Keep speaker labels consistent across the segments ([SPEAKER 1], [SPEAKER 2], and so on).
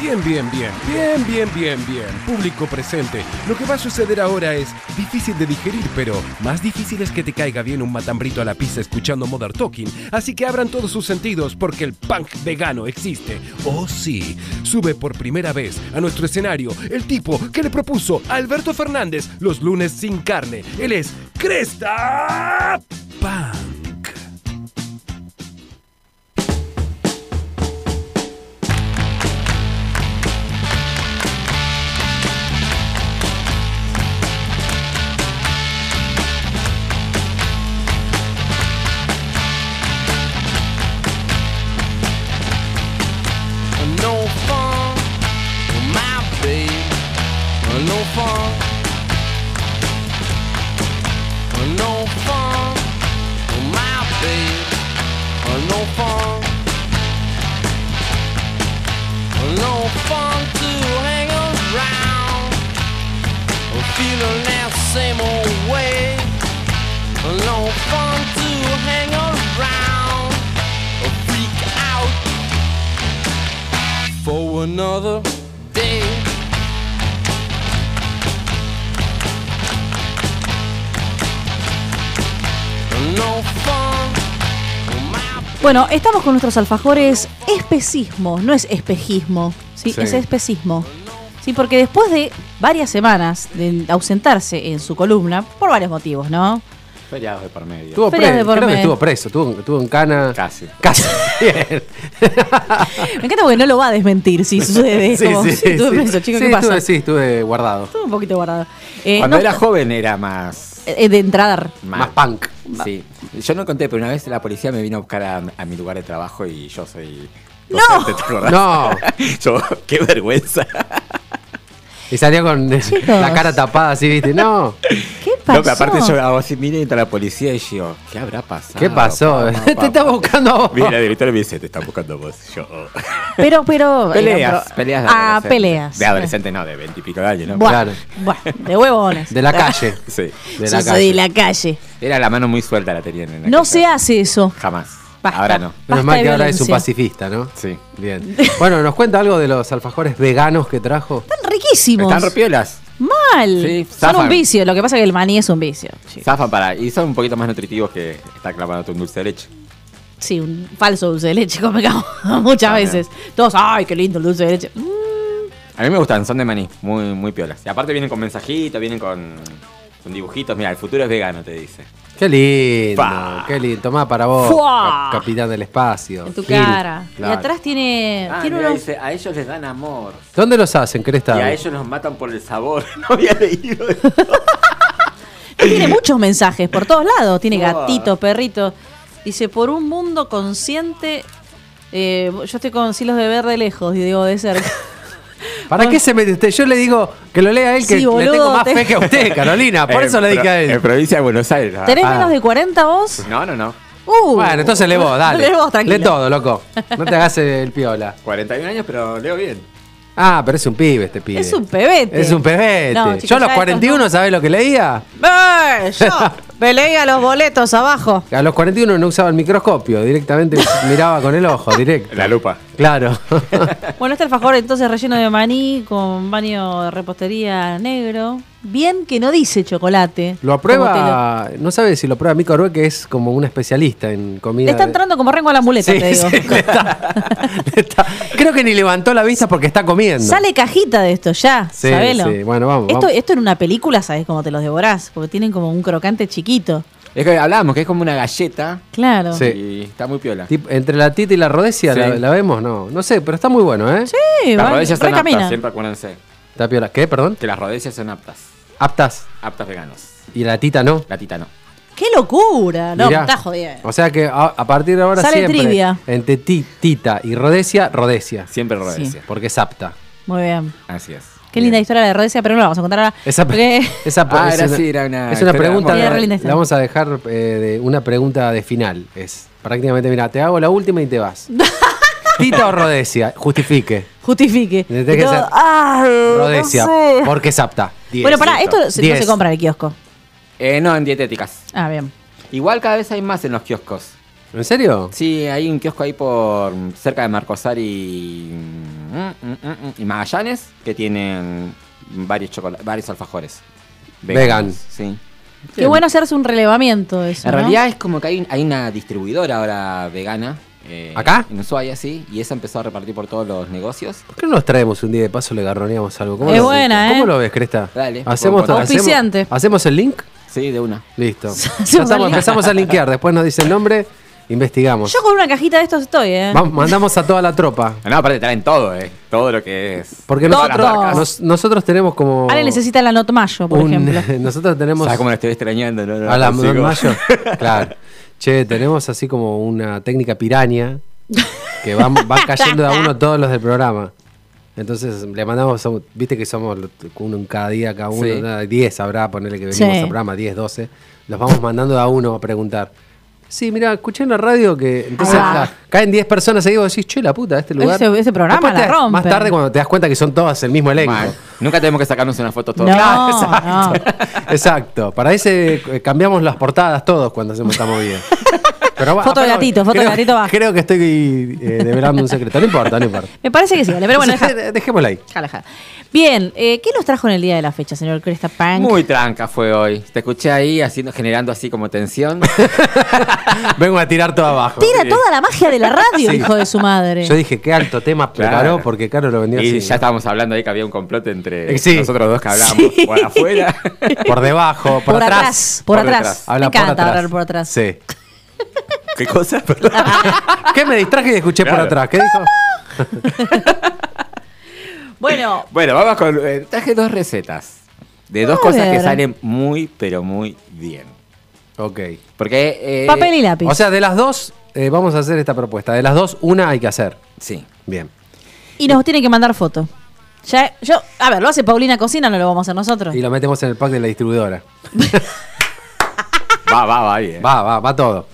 [SPEAKER 1] Bien, bien, bien, bien, bien, bien, bien. Público presente. Lo que va a suceder ahora es difícil de digerir, pero más difícil es que te caiga bien un matambrito a la pizza escuchando Modern Talking. Así que abran todos sus sentidos porque el punk vegano existe. Oh sí. Sube por primera vez a nuestro escenario el tipo que le propuso a Alberto Fernández los lunes sin carne. Él es Cresta Punk.
[SPEAKER 2] no fun for my babe. No fun. No fun for my babe. No fun. No fun to hang around. Feeling that same old way. No fun to hang around. Freak out for another day. No fun for my
[SPEAKER 3] Bueno, estamos con nuestros alfajores especismo, no es espejismo, ¿sí?
[SPEAKER 1] Sí.
[SPEAKER 3] es especismo. Sí, porque después de varias semanas de ausentarse en su columna, por varios motivos, ¿no?
[SPEAKER 4] Feriados de por medio.
[SPEAKER 5] Estuvo
[SPEAKER 3] Ferias
[SPEAKER 5] preso,
[SPEAKER 3] de por
[SPEAKER 5] creo que
[SPEAKER 3] medio.
[SPEAKER 5] estuvo preso, estuvo, estuvo en cana.
[SPEAKER 4] Casi.
[SPEAKER 5] Casi. Bien.
[SPEAKER 3] Me encanta porque no lo va a desmentir si sucede. Es como, sí, estuve preso, chico,
[SPEAKER 5] Sí,
[SPEAKER 3] ¿qué pasa?
[SPEAKER 5] Estuve, sí, estuve guardado.
[SPEAKER 3] Estuve un poquito guardado. Eh,
[SPEAKER 4] Cuando
[SPEAKER 3] no,
[SPEAKER 4] era joven era más.
[SPEAKER 3] eh, de entrada.
[SPEAKER 5] Más punk.
[SPEAKER 4] Sí. Yo no conté, pero una vez la policía me vino a buscar a, a mi lugar de trabajo y yo soy.
[SPEAKER 3] ¡No!
[SPEAKER 4] docente, ¿te acordás?
[SPEAKER 5] No.
[SPEAKER 4] Yo, qué vergüenza.
[SPEAKER 5] Y salía con
[SPEAKER 3] Chicos.
[SPEAKER 5] la cara tapada así, ¿viste? No.
[SPEAKER 3] ¿Qué pasó?
[SPEAKER 4] No, pero aparte yo hago así, mire, entra la policía y yo, ¿qué habrá pasado?
[SPEAKER 5] ¿Qué pasó?
[SPEAKER 4] Pa, pa, pa,
[SPEAKER 5] Te estaba
[SPEAKER 4] pa.
[SPEAKER 5] buscando a vos.
[SPEAKER 4] Mira, la directora me dice, te está buscando vos. Y Yo, oh.
[SPEAKER 3] Pero, pero.
[SPEAKER 4] Peleas,
[SPEAKER 3] eh, pero-
[SPEAKER 4] peleas de
[SPEAKER 3] Ah,
[SPEAKER 4] adolescente.
[SPEAKER 3] peleas.
[SPEAKER 4] De adolescente no, de veintipico de años, ¿no?
[SPEAKER 3] Buah,
[SPEAKER 5] Claro.
[SPEAKER 3] buah, de huevones.
[SPEAKER 5] De la calle.
[SPEAKER 4] Sí.
[SPEAKER 5] De
[SPEAKER 3] Yo
[SPEAKER 5] la
[SPEAKER 3] soy
[SPEAKER 5] calle.
[SPEAKER 3] de la calle.
[SPEAKER 4] Era la mano muy suelta la tenían en
[SPEAKER 3] No
[SPEAKER 4] aquella-
[SPEAKER 3] se hace eso.
[SPEAKER 4] Jamás.
[SPEAKER 3] Basta.
[SPEAKER 4] Ahora no.
[SPEAKER 3] Basta
[SPEAKER 5] Menos mal
[SPEAKER 3] de
[SPEAKER 5] que ahora es un
[SPEAKER 3] violencia.
[SPEAKER 5] pacifista, ¿no?
[SPEAKER 4] Sí.
[SPEAKER 5] Bien. Bueno, ¿nos cuenta algo de los alfajores veganos que trajo?
[SPEAKER 3] Están riquísimos.
[SPEAKER 4] Están repiolas.
[SPEAKER 3] Mal.
[SPEAKER 4] Sí,
[SPEAKER 3] Son un
[SPEAKER 4] zafan.
[SPEAKER 3] vicio. Lo que pasa es que el maní es un vicio. chicos.
[SPEAKER 4] Zafan para. Y son un poquito más nutritivos que está clavándote un dulce de leche.
[SPEAKER 3] Sí, un falso dulce de leche, como me cago muchas
[SPEAKER 4] También.
[SPEAKER 3] veces. Todos, ay, qué lindo el dulce de leche. Mm,
[SPEAKER 4] A mí me gustan, son de maní, muy, muy piolas. Y aparte vienen con mensajitos, vienen con, con dibujitos. Mira, el futuro es vegano, te dice.
[SPEAKER 5] Qué lindo,
[SPEAKER 4] Pa.
[SPEAKER 5] qué lindo. Tomá para vos,
[SPEAKER 3] Fua.
[SPEAKER 5] cap- capitán del espacio.
[SPEAKER 3] en tu
[SPEAKER 5] Gil,
[SPEAKER 3] cara.
[SPEAKER 5] claro.
[SPEAKER 3] Y atrás tiene, tiene unos...
[SPEAKER 4] Ah, dice, a ellos les dan amor.
[SPEAKER 5] ¿Dónde los hacen, Cresta?
[SPEAKER 4] Y a ellos los matan por el sabor. No había leído.
[SPEAKER 3] Tiene muchos mensajes por todos lados. Tiene
[SPEAKER 4] Fua.
[SPEAKER 3] gatitos, perritos. Dice, por un mundo consciente... eh, yo estoy con silos de verde lejos, y digo, de cerca.
[SPEAKER 5] ¿Para qué se mete usted? Yo le digo que lo lea él, que
[SPEAKER 3] Sí,
[SPEAKER 5] le
[SPEAKER 3] boludo,
[SPEAKER 5] tengo más
[SPEAKER 3] te-
[SPEAKER 5] fe que a usted, Carolina.
[SPEAKER 4] Eh,
[SPEAKER 5] Por eso le dije a
[SPEAKER 4] En
[SPEAKER 5] él.
[SPEAKER 4] provincia de Buenos Aires. ah.
[SPEAKER 3] ¿Tenés
[SPEAKER 5] Ah.
[SPEAKER 3] menos de 40 vos?
[SPEAKER 4] No, no, no.
[SPEAKER 3] Uh.
[SPEAKER 5] Bueno, entonces le vos, dale.
[SPEAKER 3] Le vos, tranquilo.
[SPEAKER 5] Le todo, loco. No te hagas el piola.
[SPEAKER 4] 41 años, pero leo bien.
[SPEAKER 5] Ah, pero es un pibe este pibe.
[SPEAKER 3] Es un pebete.
[SPEAKER 5] Es un pebete.
[SPEAKER 3] No, chicos,
[SPEAKER 5] Yo a los
[SPEAKER 3] ya estos
[SPEAKER 5] 41,
[SPEAKER 3] no.
[SPEAKER 5] ¿sabés lo que leía?
[SPEAKER 3] ¡Eh! Yo me leía los boletos abajo.
[SPEAKER 5] A los 41 no usaba el microscopio, directamente miraba con el ojo, directo.
[SPEAKER 4] La lupa.
[SPEAKER 5] Claro.
[SPEAKER 3] Bueno, este alfajor entonces relleno de maní con baño de repostería negro. Bien que no dice chocolate.
[SPEAKER 5] Lo
[SPEAKER 3] Como
[SPEAKER 5] aprueba, no sabe si lo aprueba Mico Arue, que es como un especialista en
[SPEAKER 3] te lo-
[SPEAKER 5] comida.
[SPEAKER 3] Le está entrando como rengo a la muleta,
[SPEAKER 5] Sí,
[SPEAKER 3] te digo.
[SPEAKER 5] sí, le está- le está- Creo que ni levantó la vista porque está comiendo.
[SPEAKER 3] Sale cajita de esto ya,
[SPEAKER 5] Sí,
[SPEAKER 3] sabelo.
[SPEAKER 5] sí, bueno, vamos,
[SPEAKER 3] Esto,
[SPEAKER 5] vamos.
[SPEAKER 3] esto en una película, ¿sabes cómo te los devorás? Porque tienen como un crocante chiquito.
[SPEAKER 4] Es que hablábamos que es como una galleta.
[SPEAKER 3] Claro.
[SPEAKER 5] Sí.
[SPEAKER 4] Y está muy piola.
[SPEAKER 5] Tip- entre la tita y la rodecia,
[SPEAKER 4] Sí.
[SPEAKER 5] la, la vemos? No, no sé, pero está muy bueno, ¿eh? Sí.
[SPEAKER 3] Sí,
[SPEAKER 4] las
[SPEAKER 3] va-
[SPEAKER 4] rodillas son aptas,
[SPEAKER 3] recamina.
[SPEAKER 4] siempre acuérdense.
[SPEAKER 5] Está piola. ¿Qué, perdón?
[SPEAKER 4] Que las rodillas son aptas.
[SPEAKER 5] Aptas.
[SPEAKER 4] Aptas veganos.
[SPEAKER 5] Y la tita no.
[SPEAKER 4] La tita no.
[SPEAKER 3] ¡Qué locura! No,
[SPEAKER 5] Mirá.
[SPEAKER 3] me está jodiendo.
[SPEAKER 5] O sea que a, a partir de ahora
[SPEAKER 3] Sale
[SPEAKER 5] siempre
[SPEAKER 3] trivia.
[SPEAKER 5] entre ti- tita y rodecia, rodecia.
[SPEAKER 4] Siempre
[SPEAKER 3] Sí.
[SPEAKER 4] rodecia.
[SPEAKER 5] Porque es apta.
[SPEAKER 3] Muy bien.
[SPEAKER 4] Así es.
[SPEAKER 3] Qué linda historia la de Rodesia, pero no la vamos a contar ahora.
[SPEAKER 5] Esa,
[SPEAKER 3] porque-
[SPEAKER 5] esa
[SPEAKER 4] Ah,
[SPEAKER 5] es
[SPEAKER 4] era así, era una
[SPEAKER 5] es una
[SPEAKER 4] historia de
[SPEAKER 5] pregunta.
[SPEAKER 4] amor.
[SPEAKER 3] Era
[SPEAKER 5] La,
[SPEAKER 3] re linda
[SPEAKER 5] la
[SPEAKER 3] historia.
[SPEAKER 5] vamos a dejar eh, de una pregunta de final. Es prácticamente, mira, te hago la última y te vas. Tita o Rodecia, justifique.
[SPEAKER 3] Justifique.
[SPEAKER 5] Tiene que
[SPEAKER 3] Y todo,
[SPEAKER 5] ser
[SPEAKER 3] "Ay, no
[SPEAKER 5] Rodecia,
[SPEAKER 3] sé".
[SPEAKER 5] porque es apta. Diez.
[SPEAKER 3] Bueno, pará, esto se- no
[SPEAKER 5] Diez.
[SPEAKER 3] se compra en el kiosco.
[SPEAKER 4] Eh, no, en dietéticas.
[SPEAKER 3] Ah, bien.
[SPEAKER 4] Igual cada vez hay más en los kioscos.
[SPEAKER 5] ¿En serio?
[SPEAKER 4] Sí, hay un kiosco ahí por cerca de Marcosar y mm, mm, mm, mm, mm. Y Magallanes, que tienen varios, chocola- varios alfajores.
[SPEAKER 5] Vegan.
[SPEAKER 4] Sí.
[SPEAKER 3] Qué bueno hacerse un relevamiento de eso.
[SPEAKER 4] En
[SPEAKER 3] ¿no?
[SPEAKER 4] realidad es como que hay, un- hay una distribuidora ahora vegana. eh,
[SPEAKER 5] ¿Acá?
[SPEAKER 4] En Ushuaia, sí. Y esa empezó a repartir por todos los negocios.
[SPEAKER 5] ¿Por qué no nos traemos un día de paso le garroneamos algo?
[SPEAKER 3] Es
[SPEAKER 5] lo-
[SPEAKER 3] buena,
[SPEAKER 5] ¿Cómo
[SPEAKER 3] ¿eh?
[SPEAKER 5] lo ves, Cresta?
[SPEAKER 4] Dale.
[SPEAKER 5] Hacemos,
[SPEAKER 4] Por- por-
[SPEAKER 5] hacemos-
[SPEAKER 3] Auspiciante.
[SPEAKER 5] ¿Hacemos el link?
[SPEAKER 4] Sí, de una.
[SPEAKER 5] Listo.
[SPEAKER 3] el
[SPEAKER 5] Ya estamos-
[SPEAKER 3] link.
[SPEAKER 5] empezamos a linkear, después nos dice el nombre, investigamos.
[SPEAKER 3] Yo con una cajita de estos estoy, ¿eh?
[SPEAKER 5] Vamos, mandamos a toda la tropa.
[SPEAKER 4] No, aparte traen todo, ¿eh? Todo lo que es.
[SPEAKER 5] Porque
[SPEAKER 3] Todo.
[SPEAKER 5] nosotros, nos- nosotros tenemos como.
[SPEAKER 3] Ale necesita la Notmayo, por
[SPEAKER 5] un-
[SPEAKER 3] ejemplo.
[SPEAKER 5] nosotros tenemos.
[SPEAKER 4] ¿Sabes cómo lo estoy extrañando? No, no, no
[SPEAKER 5] a la
[SPEAKER 4] consigo.
[SPEAKER 5] Don Mayo. Claro. Che, tenemos así como una técnica piraña que van, van cayendo de a uno todos los del programa. Entonces le mandamos, a un- viste que somos uno en cada día, cada uno,
[SPEAKER 4] Sí.
[SPEAKER 5] nada, 10 habrá, ponerle que venimos
[SPEAKER 3] Sí.
[SPEAKER 5] al programa, 10, 12. Los vamos mandando de a uno a preguntar. Sí, mira, escuché en la radio que entonces
[SPEAKER 3] Ahí va.
[SPEAKER 5] la- caen 10 personas ahí y vos decís, che, la puta, este lugar.
[SPEAKER 3] Ese- ese programa
[SPEAKER 5] Después
[SPEAKER 3] la
[SPEAKER 5] te- Más
[SPEAKER 3] rompen.
[SPEAKER 5] tarde cuando te das cuenta que son todas el mismo elenco.
[SPEAKER 4] Mal. Nunca tenemos que sacarnos una foto
[SPEAKER 3] No,
[SPEAKER 4] todos.
[SPEAKER 3] no.
[SPEAKER 5] Ah, Exacto. Para ese eh, cambiamos las portadas todos cuando hacemos esta movida. Pero, va-
[SPEAKER 3] Foto de
[SPEAKER 5] pero
[SPEAKER 3] gatito, foto de
[SPEAKER 5] creo-
[SPEAKER 3] gatito va.
[SPEAKER 5] Creo que estoy eh, develando un secreto. No importa, no importa.
[SPEAKER 3] Me parece que sí, Ale, pero bueno,
[SPEAKER 5] Entonces,
[SPEAKER 3] deja-
[SPEAKER 5] eh, dejémosla ahí.
[SPEAKER 3] déjala, déjala. Bien, eh, ¿qué nos trajo en el día de la fecha, señor Cresta Punk?
[SPEAKER 4] Muy tranca fue hoy. Te escuché ahí haciendo, generando así como tensión.
[SPEAKER 5] Vengo a tirar todo abajo.
[SPEAKER 3] Tira toda la magia de la radio,
[SPEAKER 5] Sí.
[SPEAKER 3] hijo de su madre.
[SPEAKER 5] Yo dije, qué alto tema preparó
[SPEAKER 4] Claro.
[SPEAKER 5] porque Caro lo vendió
[SPEAKER 4] y
[SPEAKER 5] así.
[SPEAKER 4] ya estábamos hablando ahí que había un complot entre
[SPEAKER 5] Eh, sí.
[SPEAKER 4] nosotros dos que hablábamos por afuera.
[SPEAKER 5] Por debajo, por,
[SPEAKER 3] por atrás, por,
[SPEAKER 4] Por
[SPEAKER 3] atrás.
[SPEAKER 4] detrás.
[SPEAKER 5] Habla
[SPEAKER 3] Me encanta
[SPEAKER 5] por atrás.
[SPEAKER 3] hablar por atrás.
[SPEAKER 5] Sí.
[SPEAKER 4] ¿Qué cosa?
[SPEAKER 5] ¿Qué me distraje y escuché por
[SPEAKER 4] Claro.
[SPEAKER 5] atrás? ¿Qué dijo?
[SPEAKER 3] Bueno,
[SPEAKER 4] bueno, vamos con... eh, traje dos recetas. De dos
[SPEAKER 3] A
[SPEAKER 4] cosas que
[SPEAKER 3] ver.
[SPEAKER 4] salen muy, pero muy bien.
[SPEAKER 5] Ok.
[SPEAKER 4] Porque... eh,
[SPEAKER 3] papel y lápiz.
[SPEAKER 5] O sea, de las dos, eh, vamos a hacer esta propuesta. De las dos, una hay que hacer.
[SPEAKER 4] Sí.
[SPEAKER 5] Bien.
[SPEAKER 3] y nos tiene que mandar foto. Ya, yo, a ver, lo hace Paulina Cocina, no lo vamos a hacer nosotros.
[SPEAKER 5] Y lo metemos en el pack de la distribuidora.
[SPEAKER 4] Va, va, va bien.
[SPEAKER 5] Va, va, va todo.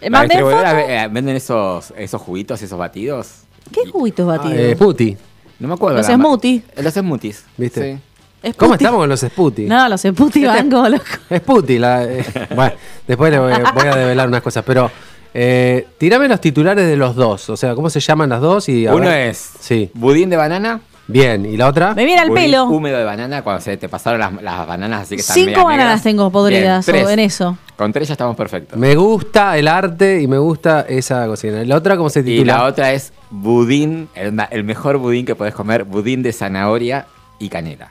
[SPEAKER 3] Eh,
[SPEAKER 4] La
[SPEAKER 3] Manden
[SPEAKER 4] distribuidora
[SPEAKER 3] foto.
[SPEAKER 4] ve- eh, venden esos, esos juguitos, esos batidos.
[SPEAKER 3] ¿Qué juguitos batidos?
[SPEAKER 5] Eh, Puti.
[SPEAKER 4] No me acuerdo.
[SPEAKER 3] Los
[SPEAKER 4] la ma-
[SPEAKER 3] smoothies.
[SPEAKER 4] Eh, Los smoothies.
[SPEAKER 5] ¿Viste?
[SPEAKER 4] Sí.
[SPEAKER 3] Es
[SPEAKER 5] ¿Cómo
[SPEAKER 3] puti.
[SPEAKER 5] estamos con los Sputi?
[SPEAKER 3] No, los emputi van como loco.
[SPEAKER 5] Sputi, la, eh, bueno, después le voy, voy a develar unas cosas, pero eh, tirame los titulares de los dos, o sea, ¿cómo se llaman las dos? Y a
[SPEAKER 4] Uno
[SPEAKER 5] ver-
[SPEAKER 4] es
[SPEAKER 5] Sí,
[SPEAKER 4] budín de banana.
[SPEAKER 5] bien, ¿y la otra?
[SPEAKER 3] Me viene al
[SPEAKER 4] budín
[SPEAKER 3] pelo.
[SPEAKER 4] Húmedo de banana cuando se te pasaron las, las bananas, así que están
[SPEAKER 3] Cinco
[SPEAKER 4] medias
[SPEAKER 3] bananas
[SPEAKER 4] negras.
[SPEAKER 3] tengo podridas
[SPEAKER 4] Bien,
[SPEAKER 3] o
[SPEAKER 4] tres.
[SPEAKER 3] en eso.
[SPEAKER 4] Con tres ya estamos perfectos.
[SPEAKER 5] Me gusta el arte y me gusta esa cocina. ¿La otra cómo se
[SPEAKER 4] Y
[SPEAKER 5] titula?
[SPEAKER 4] la otra es budín, el, ma- el mejor budín que podés comer, budín de zanahoria y canela.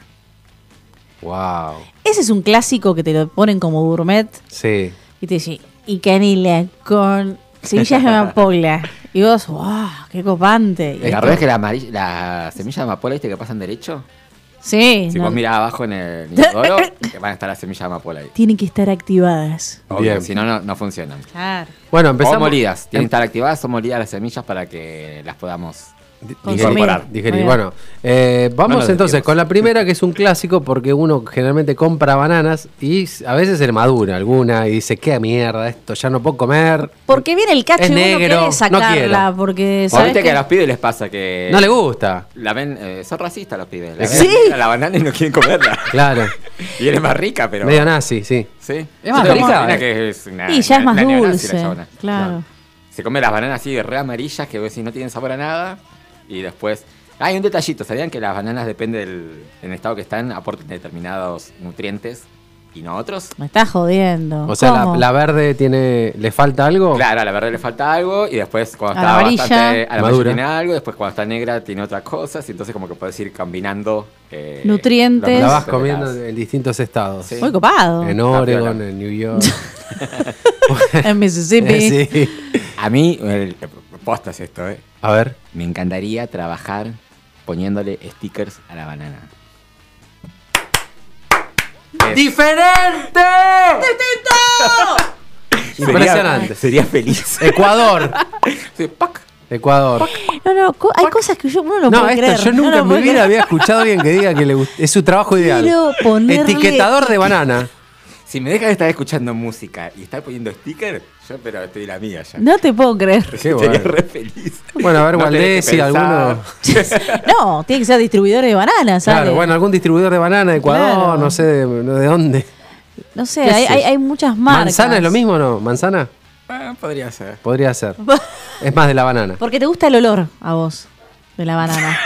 [SPEAKER 5] Wow,
[SPEAKER 3] Ese es un clásico que te lo ponen como gourmet
[SPEAKER 5] sí.
[SPEAKER 3] y te dicen, y canela con semillas de amapola. Y vos, wow, qué copante. Y-
[SPEAKER 4] ¿Y ¿La verdad es que la, amarilla- la semilla de amapola, viste que pasan derecho?
[SPEAKER 3] Sí,
[SPEAKER 4] Si
[SPEAKER 3] no,
[SPEAKER 5] pues
[SPEAKER 4] vos mirás abajo en el inodoro, que van a estar las semillas de amapola ahí.
[SPEAKER 3] tienen que estar activadas.
[SPEAKER 4] Obvio,
[SPEAKER 5] Bien.
[SPEAKER 4] Si no, no, no funcionan.
[SPEAKER 3] Claro.
[SPEAKER 5] Bueno,
[SPEAKER 4] O
[SPEAKER 5] empezamos.
[SPEAKER 4] molidas. Tienen
[SPEAKER 5] Em-
[SPEAKER 4] que estar activadas o molidas las semillas para que las podamos...
[SPEAKER 3] Consumir.
[SPEAKER 4] Incorporar.
[SPEAKER 5] Digerir.
[SPEAKER 3] Muy bien.
[SPEAKER 5] Bueno, eh,
[SPEAKER 4] No
[SPEAKER 5] vamos
[SPEAKER 4] nos
[SPEAKER 5] entonces
[SPEAKER 4] desviemos.
[SPEAKER 5] con la primera, que es un clásico, porque uno generalmente compra bananas y s- a veces se le madura alguna y dice, qué mierda esto, ya no puedo comer.
[SPEAKER 3] Porque viene el cacho
[SPEAKER 5] Es
[SPEAKER 3] y uno
[SPEAKER 5] negro,
[SPEAKER 3] quiere
[SPEAKER 5] no
[SPEAKER 3] sacarla,
[SPEAKER 5] quiero.
[SPEAKER 3] porque
[SPEAKER 4] O
[SPEAKER 3] sabes
[SPEAKER 4] viste que
[SPEAKER 3] que-
[SPEAKER 4] a los pibes les pasa que...
[SPEAKER 5] No le gusta.
[SPEAKER 4] La ven, eh, son racistas los pibes. La,
[SPEAKER 3] Sí.
[SPEAKER 4] ven a la banana y no quieren comerla.
[SPEAKER 5] Claro.
[SPEAKER 4] y eres más rica, pero.
[SPEAKER 5] Medio nazi, sí.
[SPEAKER 4] Sí.
[SPEAKER 5] ¿Es más
[SPEAKER 4] Yo tengo
[SPEAKER 5] rica?
[SPEAKER 4] una nena que es una-
[SPEAKER 3] eh. Y ya es más
[SPEAKER 4] una- una neonazi, la
[SPEAKER 3] dulce.
[SPEAKER 4] chabona.
[SPEAKER 3] Claro.
[SPEAKER 4] Se come las bananas así de re amarillas que vos decís no tienen sabor a nada. Y después. Hay un detallito. ¿Sabían que las bananas, depende del en el estado que están, aportan determinados nutrientes y no otros?
[SPEAKER 3] Me estás jodiendo.
[SPEAKER 5] O sea, la,
[SPEAKER 3] ¿Cómo?
[SPEAKER 5] la verde tiene. ¿Le falta algo?
[SPEAKER 4] Claro, a la verde le falta algo y después cuando
[SPEAKER 3] A
[SPEAKER 4] está
[SPEAKER 3] la amarilla.
[SPEAKER 4] bastante a la amarilla
[SPEAKER 5] Madura.
[SPEAKER 4] tiene algo, después cuando está negra tiene otras cosas y entonces como que puedes ir combinando eh,
[SPEAKER 3] Nutrientes.
[SPEAKER 4] los
[SPEAKER 5] La
[SPEAKER 4] nutrientes
[SPEAKER 5] vas
[SPEAKER 4] de
[SPEAKER 5] comiendo
[SPEAKER 4] las-
[SPEAKER 5] en distintos estados.
[SPEAKER 4] Sí.
[SPEAKER 3] Muy copado.
[SPEAKER 5] En
[SPEAKER 3] En,
[SPEAKER 4] Está
[SPEAKER 5] Oregon,
[SPEAKER 4] piola.
[SPEAKER 5] en New York.
[SPEAKER 3] Mississippi.
[SPEAKER 5] Eh, sí.
[SPEAKER 4] A mí, el, posta es esto, ¿eh?
[SPEAKER 5] A ver.
[SPEAKER 4] Me encantaría trabajar poniéndole stickers a la banana.
[SPEAKER 5] ¡Diferente! Impresionante.
[SPEAKER 4] Sería, sería feliz.
[SPEAKER 5] Ecuador.
[SPEAKER 4] Sí, pac.
[SPEAKER 5] Ecuador.
[SPEAKER 3] No, no, co- hay cosas que yo uno no,
[SPEAKER 5] No,
[SPEAKER 3] puede
[SPEAKER 5] esto
[SPEAKER 3] creer.
[SPEAKER 5] yo nunca
[SPEAKER 3] No lo
[SPEAKER 5] en mi
[SPEAKER 3] puedo
[SPEAKER 5] vida
[SPEAKER 3] creer.
[SPEAKER 5] había escuchado a alguien que diga que le gust- es su trabajo ideal.
[SPEAKER 3] Quiero ponerle-
[SPEAKER 5] Etiquetador de banana.
[SPEAKER 4] Si me dejas de estar escuchando música y estar poniendo stickers, yo pero estoy la mía ya.
[SPEAKER 3] No te puedo creer.
[SPEAKER 5] Qué
[SPEAKER 4] Sería
[SPEAKER 5] bueno.
[SPEAKER 4] re feliz.
[SPEAKER 5] Bueno, a ver,
[SPEAKER 4] No tenés que
[SPEAKER 5] Valdés, si
[SPEAKER 4] pensar.
[SPEAKER 5] alguno.
[SPEAKER 3] No, tiene que ser distribuidor de bananas, ¿sabes?
[SPEAKER 5] Claro, bueno, algún distribuidor de banana de Ecuador,
[SPEAKER 3] Claro.
[SPEAKER 5] no sé de, no de dónde.
[SPEAKER 3] No sé,
[SPEAKER 5] ¿Qué
[SPEAKER 3] hay,
[SPEAKER 5] sé
[SPEAKER 3] hay,
[SPEAKER 5] yo?
[SPEAKER 3] hay muchas marcas.
[SPEAKER 5] ¿Manzana es lo mismo o no? ¿Manzana?
[SPEAKER 4] Ah, podría ser.
[SPEAKER 5] Podría ser. Es más de la banana.
[SPEAKER 3] Porque te gusta el olor a vos de la banana.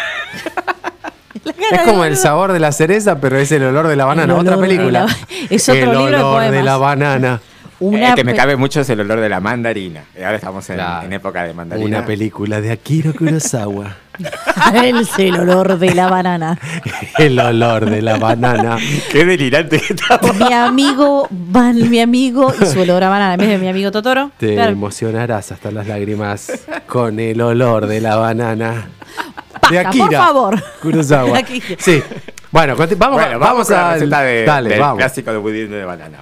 [SPEAKER 3] La cara
[SPEAKER 5] Es
[SPEAKER 3] de-
[SPEAKER 5] como el sabor de la cereza, pero es el olor de la banana.
[SPEAKER 3] El
[SPEAKER 5] Otra
[SPEAKER 3] olor de
[SPEAKER 5] película.
[SPEAKER 3] la- es otro
[SPEAKER 5] el
[SPEAKER 3] libro de
[SPEAKER 5] olor de,
[SPEAKER 3] poemas.
[SPEAKER 5] la banana.
[SPEAKER 3] Una
[SPEAKER 4] Eh, que me
[SPEAKER 3] pe-
[SPEAKER 4] cabe mucho es el olor de la mandarina. Eh, Ahora estamos en,
[SPEAKER 5] Claro.
[SPEAKER 4] en época de mandarina.
[SPEAKER 5] Una película de Akira Kurosawa.
[SPEAKER 3] Es el olor de la banana.
[SPEAKER 5] el olor de la banana.
[SPEAKER 4] Qué delirante que estamos.
[SPEAKER 3] Mi amigo, Van, mi amigo y su olor a banana. En vez de mi amigo Totoro.
[SPEAKER 5] Te
[SPEAKER 3] claro,
[SPEAKER 5] emocionarás hasta las lágrimas con el olor de la banana. de
[SPEAKER 3] Paca, por favor.
[SPEAKER 5] Kurosawa.
[SPEAKER 3] De Akira.
[SPEAKER 5] Sí. Bueno, conti- vamos,
[SPEAKER 4] Bueno, vamos, a la
[SPEAKER 5] al-
[SPEAKER 4] receta de,
[SPEAKER 5] Dale,
[SPEAKER 4] del
[SPEAKER 5] vamos.
[SPEAKER 4] clásico de budín de banana.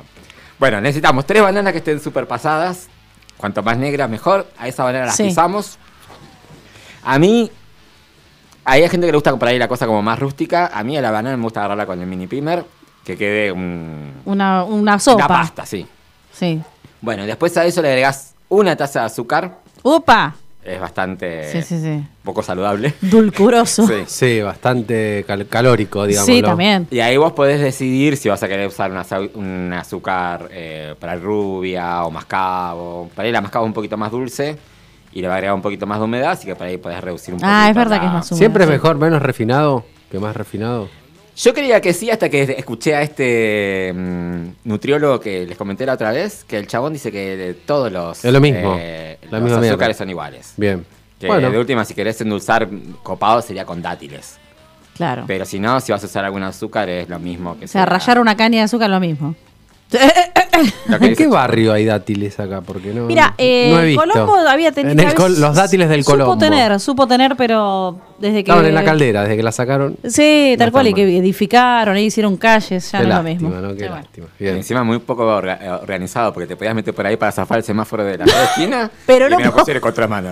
[SPEAKER 4] Bueno, necesitamos tres bananas que estén super pasadas. Cuanto más negras, mejor. A esa banana las
[SPEAKER 3] Sí.
[SPEAKER 4] pisamos. A mí, hay gente que le gusta comprar ahí la cosa como más rústica. A mí a la banana me gusta agarrarla con el mini primer, que quede un-
[SPEAKER 3] una, una
[SPEAKER 4] una
[SPEAKER 3] sopa.
[SPEAKER 4] pasta, sí.
[SPEAKER 3] Sí.
[SPEAKER 4] Bueno, después a eso le agregás una taza de azúcar.
[SPEAKER 3] Upa.
[SPEAKER 4] Es bastante
[SPEAKER 3] Sí, sí, sí.
[SPEAKER 4] poco saludable.
[SPEAKER 3] Dulcuroso. Sí,
[SPEAKER 4] Sí.
[SPEAKER 5] Eh, Sí, bastante cal- calórico, digamos.
[SPEAKER 3] también.
[SPEAKER 4] Y ahí vos podés decidir si vas a querer usar una sau- un azúcar eh, para rubia o mascabo. Para ahí la mascabo es un poquito más dulce y le va a agregar un poquito más de humedad, así que para ahí podés reducir un poquito.
[SPEAKER 3] Ah, es verdad
[SPEAKER 4] la-
[SPEAKER 3] que es más húmedo.
[SPEAKER 5] Siempre es
[SPEAKER 3] sí.
[SPEAKER 5] mejor menos refinado que más refinado.
[SPEAKER 4] Yo creía que sí hasta que escuché a este mm, nutriólogo que les comenté la otra vez, que el chabón dice que de todos los, eh,
[SPEAKER 5] Es lo mismo, la
[SPEAKER 4] los
[SPEAKER 5] misma
[SPEAKER 4] azúcares
[SPEAKER 5] mierda.
[SPEAKER 4] son iguales.
[SPEAKER 5] Bien.
[SPEAKER 4] Que
[SPEAKER 5] bueno,
[SPEAKER 4] de última, si querés endulzar mm, copado, sería con dátiles.
[SPEAKER 3] Claro.
[SPEAKER 4] Pero si no, si vas a usar algún azúcar, es lo mismo que
[SPEAKER 3] o sea,
[SPEAKER 4] sea-
[SPEAKER 3] rayar una caña de azúcar es lo mismo.
[SPEAKER 4] lo que
[SPEAKER 5] ¿en
[SPEAKER 4] dice
[SPEAKER 5] qué barrio hay dátiles acá? Porque no,
[SPEAKER 3] Mira, eh,
[SPEAKER 5] no he visto.
[SPEAKER 3] Colombo había tenido.
[SPEAKER 5] En el col- los dátiles del Colombo.
[SPEAKER 3] Supo tener, supo tener, pero desde que.
[SPEAKER 5] Estaban en la caldera desde que la sacaron.
[SPEAKER 3] Sí, tal
[SPEAKER 5] No
[SPEAKER 3] cual, y
[SPEAKER 5] están
[SPEAKER 3] que edificaron, ahí hicieron calles, ya
[SPEAKER 5] Qué
[SPEAKER 3] no es lo mismo.
[SPEAKER 5] lástima, ¿no? Qué
[SPEAKER 3] Pero bueno.
[SPEAKER 5] lástima.
[SPEAKER 4] Y
[SPEAKER 5] Bien.
[SPEAKER 4] encima muy poco orga- eh, organizado, porque te podías meter por ahí para zafar el semáforo de la otra esquina.
[SPEAKER 3] Pero
[SPEAKER 4] y
[SPEAKER 3] no
[SPEAKER 4] me la
[SPEAKER 3] puedo.
[SPEAKER 4] pusieron contra mano.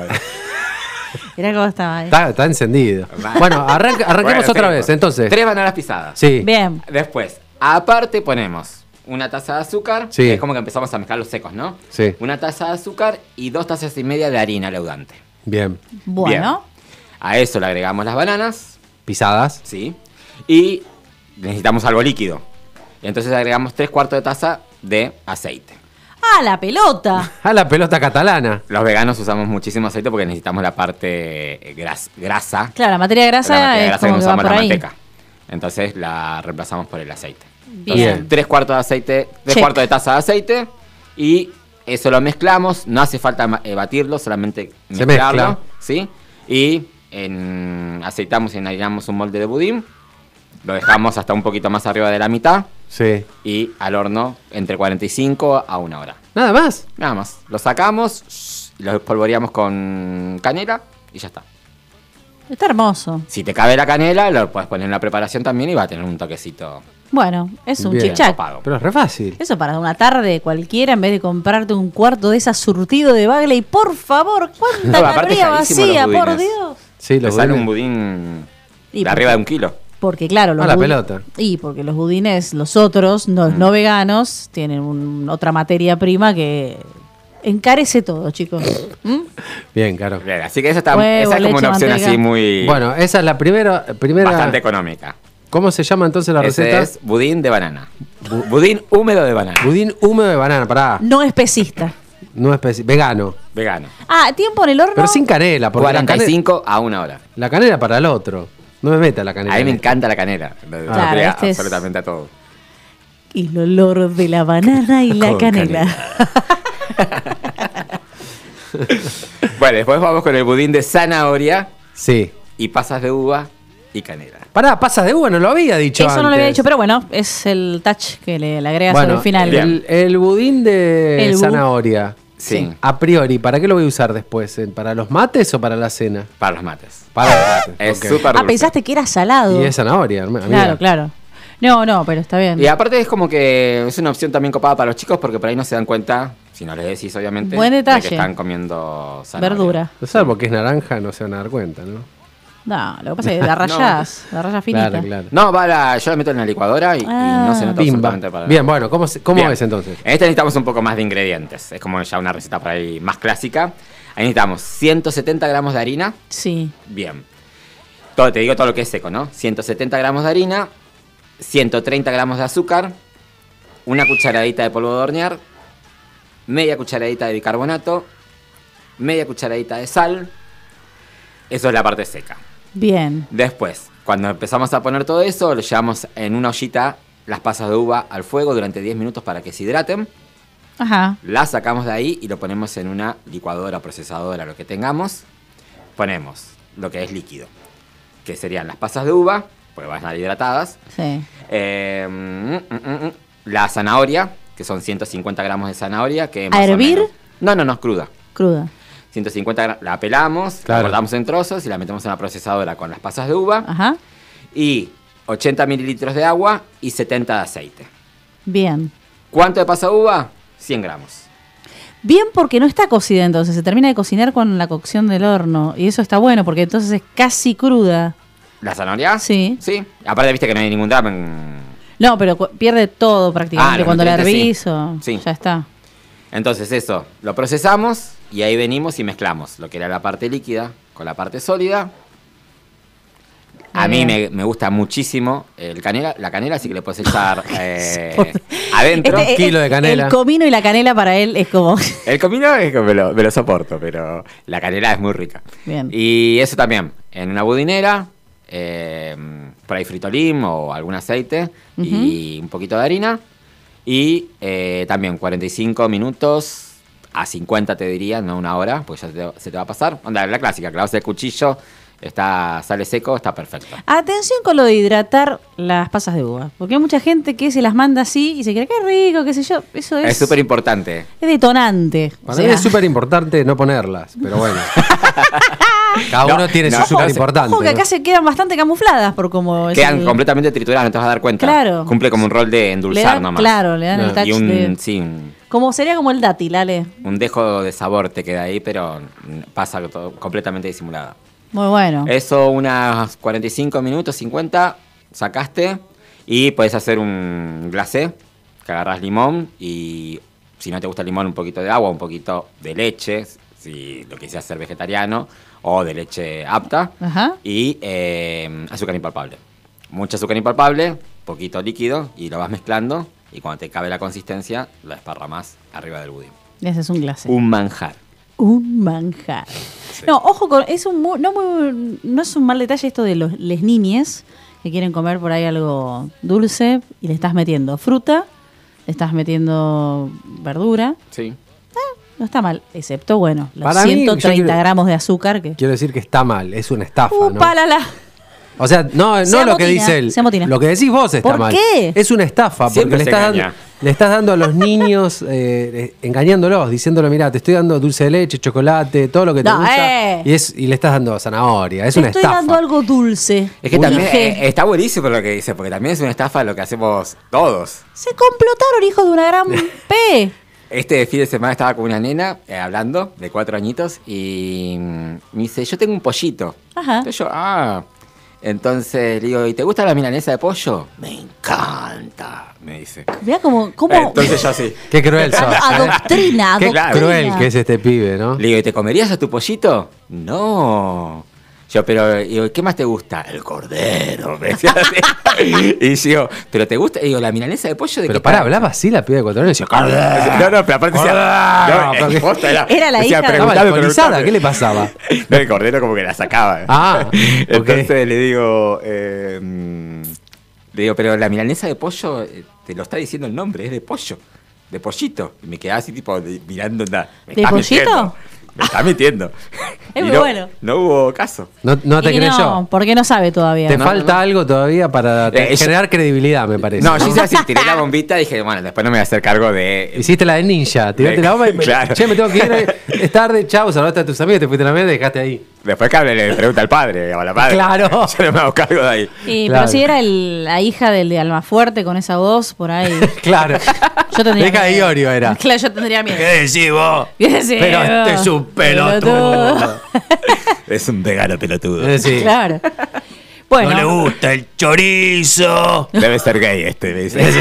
[SPEAKER 3] Mirá cómo estaba ahí.
[SPEAKER 5] Está, está encendido.
[SPEAKER 4] Vale.
[SPEAKER 5] Bueno, arranca- arranquemos
[SPEAKER 4] Bueno,
[SPEAKER 5] otra
[SPEAKER 4] sí,
[SPEAKER 5] vez,
[SPEAKER 4] pues.
[SPEAKER 5] entonces.
[SPEAKER 4] Tres bananas pisadas.
[SPEAKER 5] Sí.
[SPEAKER 3] Bien.
[SPEAKER 4] Después, aparte ponemos una taza de azúcar.
[SPEAKER 5] Sí.
[SPEAKER 4] que Es como que empezamos a mezclar los secos, ¿no?
[SPEAKER 5] Sí.
[SPEAKER 4] Una taza de azúcar y dos tazas y media de harina leudante.
[SPEAKER 5] Bien.
[SPEAKER 3] Bueno.
[SPEAKER 4] A eso le agregamos las bananas,
[SPEAKER 5] Pisadas.
[SPEAKER 4] ¿sí? Y necesitamos algo líquido. Entonces agregamos tres cuartos de taza de aceite.
[SPEAKER 3] ¡Ah, la pelota!
[SPEAKER 5] A Ah, la pelota catalana.
[SPEAKER 4] Los veganos usamos muchísimo aceite porque necesitamos la parte eh, gras- grasa
[SPEAKER 3] Claro, la materia grasa
[SPEAKER 4] la materia
[SPEAKER 3] es
[SPEAKER 4] grasa que
[SPEAKER 3] como
[SPEAKER 4] no
[SPEAKER 3] que va
[SPEAKER 4] usamos
[SPEAKER 3] por
[SPEAKER 4] la
[SPEAKER 3] ahí.
[SPEAKER 4] manteca. Entonces la reemplazamos por el aceite.
[SPEAKER 3] Bien.
[SPEAKER 5] Bien.
[SPEAKER 4] Tres cuartos de aceite, tres
[SPEAKER 3] Check.
[SPEAKER 4] cuartos de taza de aceite y eso lo mezclamos. No hace falta ma- eh, batirlo, solamente
[SPEAKER 5] Se
[SPEAKER 4] mezclarlo,
[SPEAKER 5] mezcla.
[SPEAKER 4] ¿sí? Y en- aceitamos y enharinamos un molde de budín. Lo dejamos hasta un poquito más arriba de la mitad
[SPEAKER 5] Sí.
[SPEAKER 4] y al horno entre 45 a una hora.
[SPEAKER 5] Nada más.
[SPEAKER 4] Nada más. Lo sacamos, shh, lo espolvoreamos con canela y ya está.
[SPEAKER 3] Está hermoso.
[SPEAKER 4] Si te cabe la canela, lo puedes poner en la preparación también y va a tener un toquecito.
[SPEAKER 3] Bueno, es un
[SPEAKER 5] Bien.
[SPEAKER 3] chichac.
[SPEAKER 4] Copado.
[SPEAKER 5] Pero es re fácil.
[SPEAKER 3] Eso para una tarde cualquiera en vez de comprarte un cuarto de esa surtido de Bagley. Por favor, cuánta
[SPEAKER 4] No, aparte es
[SPEAKER 3] caloría
[SPEAKER 4] carísimo
[SPEAKER 3] vacía,
[SPEAKER 4] los
[SPEAKER 3] por
[SPEAKER 4] budines.
[SPEAKER 3] Dios.
[SPEAKER 5] Sí,
[SPEAKER 4] Te
[SPEAKER 5] los
[SPEAKER 4] sale
[SPEAKER 5] budines.
[SPEAKER 4] un budín
[SPEAKER 3] Y
[SPEAKER 4] de
[SPEAKER 3] por-
[SPEAKER 4] arriba de un kilo.
[SPEAKER 3] Porque claro, los
[SPEAKER 5] A Ah, la
[SPEAKER 3] budi-
[SPEAKER 5] pelota. Mm.
[SPEAKER 3] Y porque los budines, los otros, los no veganos, tienen un- otra materia prima que encarece todo, chicos. ¿Mm?
[SPEAKER 5] Bien, claro.
[SPEAKER 4] Bien, Así que esa, está,
[SPEAKER 3] Huevo,
[SPEAKER 4] esa es como
[SPEAKER 3] leche,
[SPEAKER 4] una opción
[SPEAKER 3] manteca.
[SPEAKER 4] así muy
[SPEAKER 5] Bueno, esa es la primera. primera
[SPEAKER 4] bastante económica.
[SPEAKER 5] ¿Cómo se llama entonces la
[SPEAKER 4] Ese
[SPEAKER 5] receta?
[SPEAKER 4] es budín de banana. Bu- budín húmedo de banana.
[SPEAKER 5] Budín húmedo de banana, pará.
[SPEAKER 3] No especista.
[SPEAKER 5] No especi- Vegano.
[SPEAKER 4] Vegano.
[SPEAKER 3] Ah, tiempo en el horno.
[SPEAKER 5] Pero sin canela, porque la, cane-
[SPEAKER 4] 45 a una hora.
[SPEAKER 5] la canela para el otro. No me meta la canela.
[SPEAKER 4] A mí me
[SPEAKER 5] en esto.
[SPEAKER 4] encanta la canela. Lo- lo
[SPEAKER 3] Claro,
[SPEAKER 4] pega
[SPEAKER 3] este es-
[SPEAKER 4] absolutamente a todo.
[SPEAKER 3] Y el olor de la banana y la
[SPEAKER 4] Con
[SPEAKER 3] canela.
[SPEAKER 4] Bueno, después vamos con el budín de zanahoria
[SPEAKER 5] Sí.
[SPEAKER 4] y pasas de uva y canela.
[SPEAKER 5] Pará, pasas de uva, no lo había dicho.
[SPEAKER 3] Eso no lo había
[SPEAKER 5] antes.
[SPEAKER 3] dicho, pero bueno, es el touch que le, le agregas
[SPEAKER 5] Bueno,
[SPEAKER 3] al final.
[SPEAKER 4] bien.
[SPEAKER 5] El, el budín de
[SPEAKER 3] El bu-
[SPEAKER 5] zanahoria.
[SPEAKER 4] Sí.
[SPEAKER 5] A priori, ¿para qué lo voy a usar después? ¿Eh? ¿Para los mates o para la cena?
[SPEAKER 4] Para los mates.
[SPEAKER 5] Para los mates.
[SPEAKER 4] Es
[SPEAKER 5] ok.
[SPEAKER 4] súper
[SPEAKER 3] Ah,
[SPEAKER 4] dulce.
[SPEAKER 3] pensaste que era salado.
[SPEAKER 5] Y es zanahoria, hermano.
[SPEAKER 3] Claro, claro. No, no, pero está bien.
[SPEAKER 4] Y aparte es como que es una opción también copada para los chicos porque por ahí no se dan cuenta, si no les decís obviamente,
[SPEAKER 3] Buen
[SPEAKER 4] de
[SPEAKER 3] detalle.
[SPEAKER 4] que están comiendo zanahoria.
[SPEAKER 3] Verdura.
[SPEAKER 5] Salvo que es naranja, no se van a dar cuenta, ¿no?
[SPEAKER 3] No, lo que pasa es que la rayás, la rayas finita.
[SPEAKER 5] Claro, claro.
[SPEAKER 4] No, va la- yo la meto en la licuadora y, y
[SPEAKER 3] Ah.
[SPEAKER 4] no se nota
[SPEAKER 5] Bimba.
[SPEAKER 4] absolutamente para nada.
[SPEAKER 5] Bien, bueno, ¿cómo, se- cómo
[SPEAKER 4] Bien.
[SPEAKER 5] es entonces?
[SPEAKER 4] En esta necesitamos un poco más de ingredientes. Es como ya una receta por ahí más clásica. Ahí necesitamos 170 gramos de harina.
[SPEAKER 3] Sí.
[SPEAKER 4] Bien. Todo, te digo todo lo que es seco, ¿no? 170 gramos de harina, 130 gramos de azúcar, una cucharadita de polvo de hornear, media cucharadita de bicarbonato, media cucharadita de sal. Eso es la parte seca.
[SPEAKER 3] Bien.
[SPEAKER 4] Después, cuando empezamos a poner todo eso, lo llevamos en una ollita, las pasas de uva al fuego durante 10 minutos para que se hidraten.
[SPEAKER 3] Ajá.
[SPEAKER 4] Las sacamos de ahí y lo ponemos en una licuadora, procesadora, lo que tengamos. Ponemos lo que es líquido, que serían las pasas de uva, pues van a estar hidratadas.
[SPEAKER 3] Sí.
[SPEAKER 4] Eh, mm, mm, mm, mm. la zanahoria, que son 150 gramos de zanahoria. Que
[SPEAKER 3] ¿A
[SPEAKER 4] más o
[SPEAKER 3] hervir?
[SPEAKER 4] menos- No, no, no, es cruda.
[SPEAKER 3] Cruda.
[SPEAKER 4] 150 gramos, la pelamos,
[SPEAKER 5] Claro.
[SPEAKER 4] la cortamos en trozos y la metemos en la procesadora con las pasas de uva.
[SPEAKER 3] Ajá.
[SPEAKER 4] Y 80 mililitros de agua y 70 de aceite.
[SPEAKER 3] Bien.
[SPEAKER 4] ¿Cuánto de pasa uva? 100 gramos.
[SPEAKER 3] Bien porque no está cocida entonces, se termina de cocinar con la cocción del horno y eso está bueno porque entonces es casi cruda.
[SPEAKER 4] ¿La zanahoria?
[SPEAKER 3] Sí.
[SPEAKER 4] Sí. Aparte, viste que no hay ningún drama en-
[SPEAKER 3] No, pero cu- pierde todo prácticamente
[SPEAKER 4] Ah, los
[SPEAKER 3] cuando la hervís
[SPEAKER 4] nutrientes,
[SPEAKER 3] o
[SPEAKER 4] sí. Sí.
[SPEAKER 3] ya está.
[SPEAKER 4] Entonces, eso, lo procesamos y ahí venimos y mezclamos lo que era la parte líquida con la parte sólida. A mí
[SPEAKER 3] Bien.
[SPEAKER 4] me, me gusta muchísimo el canela, la canela, así que le puedes echar eh, adentro.
[SPEAKER 5] Este- kilo de
[SPEAKER 3] el-
[SPEAKER 5] canela.
[SPEAKER 3] El comino y la canela para él es como
[SPEAKER 4] El comino es que me lo, me lo soporto, pero la canela es muy rica.
[SPEAKER 3] Bien.
[SPEAKER 4] Y eso también, en una budinera, eh, por ahí fritolín o algún aceite y un poquito de harina. Y eh, también 45 minutos a 50 te diría, no una hora, porque ya se te, se te va a pasar. Onda, la clásica, clavas el cuchillo, está, sale seco, está perfecto.
[SPEAKER 3] Atención con lo de hidratar las pasas de uva, porque hay mucha gente que se las manda así y se cree que rico, qué sé yo, eso
[SPEAKER 4] Es
[SPEAKER 3] es
[SPEAKER 4] súper importante.
[SPEAKER 3] es detonante. O
[SPEAKER 5] Para
[SPEAKER 3] sea,
[SPEAKER 5] mí es súper importante no ponerlas, pero bueno. Cada
[SPEAKER 4] No,
[SPEAKER 5] uno tiene
[SPEAKER 4] no,
[SPEAKER 5] su súper importante.
[SPEAKER 3] ojo que acá se quedan bastante camufladas por como es
[SPEAKER 4] Quedan
[SPEAKER 3] pues el-
[SPEAKER 4] completamente trituradas, no te vas a dar cuenta.
[SPEAKER 3] Claro.
[SPEAKER 4] Cumple como un rol de
[SPEAKER 3] le
[SPEAKER 4] endulzar
[SPEAKER 3] dan-
[SPEAKER 4] nomás. Ah,
[SPEAKER 3] Claro, le dan
[SPEAKER 5] No.
[SPEAKER 3] el touch
[SPEAKER 4] y un,
[SPEAKER 3] de-
[SPEAKER 4] sí, un-
[SPEAKER 3] como sería como el dátil, Ale.
[SPEAKER 4] un dejo de sabor te queda ahí, pero pasa todo completamente disimulada.
[SPEAKER 3] Muy bueno.
[SPEAKER 4] Eso unas 45 minutos, 50, sacaste y podés hacer un glacé, que agarras limón y si no te gusta el limón un poquito de agua, un poquito de leche, si lo quisieras hacer vegetariano o de leche apta
[SPEAKER 3] Ajá.
[SPEAKER 4] y eh, azúcar impalpable. Mucho azúcar impalpable, poquito líquido y lo vas mezclando y cuando te cabe la consistencia lo desparramas arriba del budín.
[SPEAKER 3] Ese es un glacé.
[SPEAKER 4] Un manjar.
[SPEAKER 3] Un manjar. No, ojo, con, es un mu- no, muy- no es un mal detalle esto de los, les niñes que quieren comer por ahí algo dulce y le estás metiendo fruta, le estás metiendo verdura. Ah,
[SPEAKER 4] Sí.
[SPEAKER 3] No está mal, excepto, bueno, los
[SPEAKER 5] Para mí,
[SPEAKER 3] 130
[SPEAKER 5] yo quiero-
[SPEAKER 3] gramos de azúcar que...
[SPEAKER 5] Quiero decir que está mal, es una estafa,
[SPEAKER 3] ¡Uh,
[SPEAKER 5] ¿no?
[SPEAKER 3] palala!
[SPEAKER 5] O sea, no,
[SPEAKER 3] Se
[SPEAKER 5] no lo
[SPEAKER 3] amotina,
[SPEAKER 5] que dice él.
[SPEAKER 3] se amotina.
[SPEAKER 5] Lo que decís vos está
[SPEAKER 3] ¿Por
[SPEAKER 5] mal.
[SPEAKER 3] qué?
[SPEAKER 5] Es una estafa,
[SPEAKER 4] Siempre
[SPEAKER 5] porque le
[SPEAKER 4] se
[SPEAKER 5] estás, dando,
[SPEAKER 4] engaña.
[SPEAKER 5] le estás dando a los niños, eh, eh, engañándolos, diciéndolo, mira, te estoy dando dulce de leche, chocolate, todo lo que te
[SPEAKER 3] No,
[SPEAKER 5] gusta.
[SPEAKER 3] eh.
[SPEAKER 5] Y, es, y le estás dando zanahoria, es
[SPEAKER 3] Te
[SPEAKER 5] una
[SPEAKER 3] estoy
[SPEAKER 5] estafa.
[SPEAKER 3] dando algo dulce.
[SPEAKER 4] Es que también
[SPEAKER 3] Dije,
[SPEAKER 4] eh, está buenísimo lo que dice, porque también es una estafa lo que hacemos todos.
[SPEAKER 3] Se complotaron, hijos de una gran P.
[SPEAKER 4] Este fin de semana estaba con una nena eh, hablando de cuatro añitos y mm, me dice, yo tengo un pollito.
[SPEAKER 3] Ajá.
[SPEAKER 4] Entonces yo, ah. Entonces le digo, ¿y te gusta la milanesa de pollo? Me encanta, me dice.
[SPEAKER 3] Mirá cómo... cómo
[SPEAKER 4] Entonces yo así.
[SPEAKER 5] Qué cruel sos.
[SPEAKER 3] Ad- adoctrina,
[SPEAKER 5] Qué
[SPEAKER 3] adoctrina.
[SPEAKER 5] cruel que es este pibe, ¿no?
[SPEAKER 4] Le digo, ¿y te comerías a tu pollito? No. Yo, pero, digo, ¿qué más te gusta? El cordero, me decía así. Y yo, ¿pero te gusta? Y digo, la milanesa de pollo de
[SPEAKER 5] Pero
[SPEAKER 4] qué
[SPEAKER 5] pará,
[SPEAKER 4] tal?"
[SPEAKER 5] hablaba así la piba de cuatro años. decía, "Cordero".
[SPEAKER 4] No, no, pero aparte
[SPEAKER 5] Cordero,
[SPEAKER 4] decía, no,
[SPEAKER 5] porque-
[SPEAKER 4] eh, posta era,
[SPEAKER 3] Era la hija.
[SPEAKER 4] decía,
[SPEAKER 5] Estaba
[SPEAKER 4] preguntame,
[SPEAKER 5] alcoholizada,
[SPEAKER 4] preguntame.
[SPEAKER 5] ¿qué le pasaba?
[SPEAKER 4] No, el cordero como que la sacaba.
[SPEAKER 5] Ah, ok.
[SPEAKER 4] Entonces le digo, eh, mm, le digo, pero la milanesa de pollo, eh, te lo está diciendo el nombre, es de pollo, de pollito. Y me quedaba así tipo de- mirando, onda, me
[SPEAKER 3] ¿De
[SPEAKER 4] está
[SPEAKER 3] pollito?
[SPEAKER 4] mintiendo, Me está mintiendo.
[SPEAKER 3] Es
[SPEAKER 4] Y
[SPEAKER 3] muy
[SPEAKER 4] no-
[SPEAKER 3] bueno.
[SPEAKER 4] No hubo caso.
[SPEAKER 5] No, no te
[SPEAKER 3] Y
[SPEAKER 5] creyó.
[SPEAKER 3] No, porque no sabe todavía.
[SPEAKER 5] Te
[SPEAKER 4] No,
[SPEAKER 5] falta
[SPEAKER 4] no, no.
[SPEAKER 5] algo todavía para
[SPEAKER 4] Eh, ella-
[SPEAKER 5] generar credibilidad, me parece.
[SPEAKER 4] No, yo hice así, tiré la bombita y dije, bueno, después no me voy a hacer cargo de...
[SPEAKER 5] Hiciste la de ninja, tiraste la bomba y me,
[SPEAKER 4] Claro.
[SPEAKER 5] che, me tengo que ir, eh, es tarde, chao, saludaste a tus amigos, te fuiste a la mierda y dejaste ahí.
[SPEAKER 4] Después que hable le pregunta al padre o a la madre.
[SPEAKER 5] Claro.
[SPEAKER 4] Yo no me hago cargo de ahí.
[SPEAKER 3] Y,
[SPEAKER 5] Claro.
[SPEAKER 3] Pero si era el- la hija del de Almafuerte con esa voz por ahí.
[SPEAKER 5] Claro.
[SPEAKER 3] Yo tendría
[SPEAKER 5] Deja de
[SPEAKER 3] miedo.
[SPEAKER 5] Iorio era.
[SPEAKER 3] Claro, yo tendría miedo.
[SPEAKER 5] decís vos?
[SPEAKER 3] ¿Qué sé yo?
[SPEAKER 5] Pero este es un
[SPEAKER 3] Pelotudo.
[SPEAKER 5] pelotudo.
[SPEAKER 4] Es un vegano pelotudo.
[SPEAKER 5] Eh, Sí.
[SPEAKER 3] Claro. Bueno.
[SPEAKER 5] gusta el chorizo.
[SPEAKER 4] Debe ser gay este, me dice.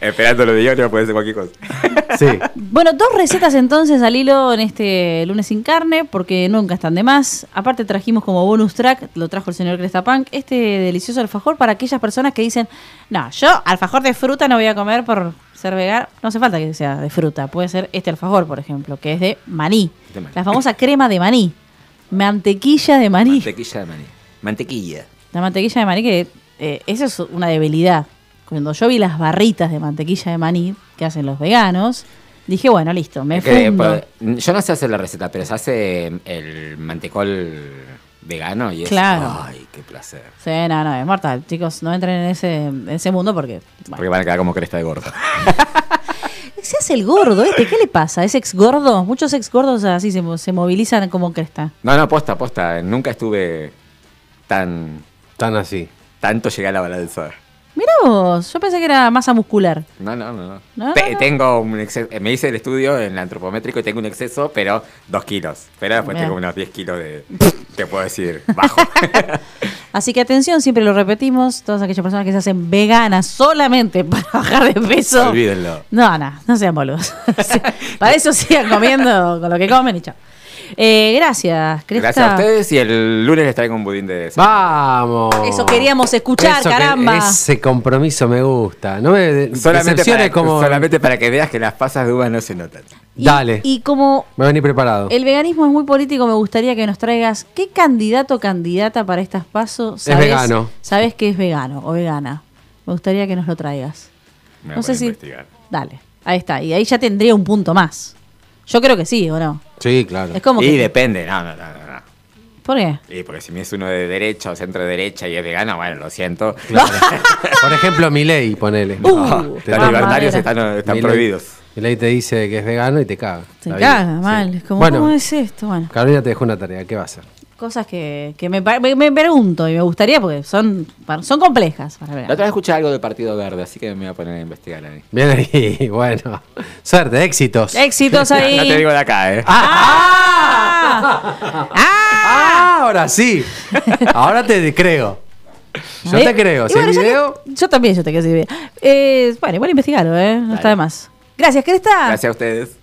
[SPEAKER 4] Esperando lo de yo, no puede ser cualquier cosa.
[SPEAKER 5] Sí.
[SPEAKER 3] Bueno, dos recetas entonces al hilo en este lunes sin carne, porque nunca están de más. Aparte trajimos como bonus track, lo trajo el señor Cresta Punk, este delicioso alfajor para aquellas personas que dicen, no, yo alfajor de fruta no voy a comer por ser vegano. No hace falta que sea de fruta, puede ser este alfajor, por ejemplo, que es de maní.
[SPEAKER 4] De maní.
[SPEAKER 3] La famosa crema de maní. Mantequilla de maní.
[SPEAKER 4] Mantequilla de maní. Mantequilla.
[SPEAKER 3] La mantequilla de maní, que eh, eso es una debilidad. Cuando yo vi las barritas de mantequilla de maní que hacen los veganos, dije, bueno, listo, me
[SPEAKER 4] Es que,
[SPEAKER 3] fundo.
[SPEAKER 4] pues, yo no sé hacer la receta, pero se hace el mantecol vegano y es.
[SPEAKER 3] Claro.
[SPEAKER 4] Ay, qué placer.
[SPEAKER 3] Sí, no, no, es mortal. Chicos, no entren en ese, en ese mundo porque... bueno.
[SPEAKER 4] Porque van a quedar como cresta de gordo.
[SPEAKER 3] Se hace el gordo este, ¿qué le pasa? ¿Es ex gordo? Muchos ex gordos así se, mo- se movilizan como cresta.
[SPEAKER 4] No, no, posta, posta. Nunca estuve tan.
[SPEAKER 5] Tan así.
[SPEAKER 4] Tanto llegué a la balanza.
[SPEAKER 3] Mira vos, yo pensé que era masa muscular.
[SPEAKER 4] No, no, no.
[SPEAKER 3] No,
[SPEAKER 4] no. Te-
[SPEAKER 3] no, no.
[SPEAKER 4] Tengo un exceso. Me hice el estudio en el antropométrico y tengo un exceso, pero dos kilos. Pero después
[SPEAKER 3] Bien.
[SPEAKER 4] tengo unos 10 kilos de. te puedo decir, bajo.
[SPEAKER 3] Así que atención, siempre lo repetimos, todas aquellas personas que se hacen veganas solamente para bajar de peso.
[SPEAKER 4] Olvídenlo.
[SPEAKER 3] No, no, no sean boludos. para eso sigan comiendo con lo que comen y chao. Eh, gracias, Cresta.
[SPEAKER 4] Gracias a ustedes y el lunes les traigo un budín de.
[SPEAKER 5] ¡Vamos!
[SPEAKER 3] Eso queríamos escuchar,
[SPEAKER 5] que-
[SPEAKER 3] caramba.
[SPEAKER 5] ese compromiso me gusta. No me
[SPEAKER 4] Solamente para,
[SPEAKER 5] decepciones como.
[SPEAKER 4] solamente para que veas que las pasas de uvas no se notan.
[SPEAKER 3] Y-
[SPEAKER 5] Dale.
[SPEAKER 3] Y como
[SPEAKER 5] Me vení preparado.
[SPEAKER 3] el veganismo es muy político, me gustaría que nos traigas qué candidato o candidata para estas pasos.
[SPEAKER 5] Es vegano.
[SPEAKER 3] Sabes que es vegano o vegana. Me gustaría que nos lo traigas.
[SPEAKER 4] Me
[SPEAKER 3] no
[SPEAKER 4] voy
[SPEAKER 3] sé
[SPEAKER 4] a
[SPEAKER 3] si.
[SPEAKER 4] investigar.
[SPEAKER 3] Dale, ahí está. Y ahí ya tendría un punto más. Yo creo que sí, ¿o no?
[SPEAKER 5] Sí, claro.
[SPEAKER 3] Es como
[SPEAKER 4] Y
[SPEAKER 3] que.
[SPEAKER 4] depende, no, no, no, no. no.
[SPEAKER 3] ¿Por qué?
[SPEAKER 4] Y porque si me es uno de derecha o centro derecha y es vegano, bueno, lo siento.
[SPEAKER 5] Por ejemplo, Milei, ponele. Ah,
[SPEAKER 3] Uh,
[SPEAKER 4] Los
[SPEAKER 5] Te la-
[SPEAKER 4] libertarios
[SPEAKER 3] mamadera.
[SPEAKER 4] están, están
[SPEAKER 5] Milei-
[SPEAKER 4] prohibidos.
[SPEAKER 5] Milei te dice que es vegano y te caga.
[SPEAKER 3] Se
[SPEAKER 5] La
[SPEAKER 3] caga,
[SPEAKER 5] vida.
[SPEAKER 3] mal.
[SPEAKER 5] Sí.
[SPEAKER 3] Es como,
[SPEAKER 5] Bueno,
[SPEAKER 3] ¿cómo es esto? Bueno,
[SPEAKER 5] Carolina te dejó una tarea. ¿Qué va a hacer?
[SPEAKER 3] cosas que, que me, pa- me- me pregunto y me gustaría porque son, son complejas. Para ver.
[SPEAKER 4] La otra vez escuché algo del Partido Verde, así que me voy a poner a investigar ahí.
[SPEAKER 5] Bien ahí. Bueno. Suerte, éxitos.
[SPEAKER 3] Éxitos ahí.
[SPEAKER 4] No te digo de acá, ¿eh?
[SPEAKER 3] ¡Ah! ¡Ah!
[SPEAKER 5] Ah, ahora sí. Ahora te creo. Yo
[SPEAKER 3] Eh,
[SPEAKER 5] te creo.
[SPEAKER 3] y
[SPEAKER 5] Si el
[SPEAKER 3] bueno, ya que-
[SPEAKER 5] video.
[SPEAKER 3] yo también, yo te quiero decir. Eh, bueno, igual investigarlo, ¿eh? No está de más. Gracias, Cresta.
[SPEAKER 4] Gracias a ustedes.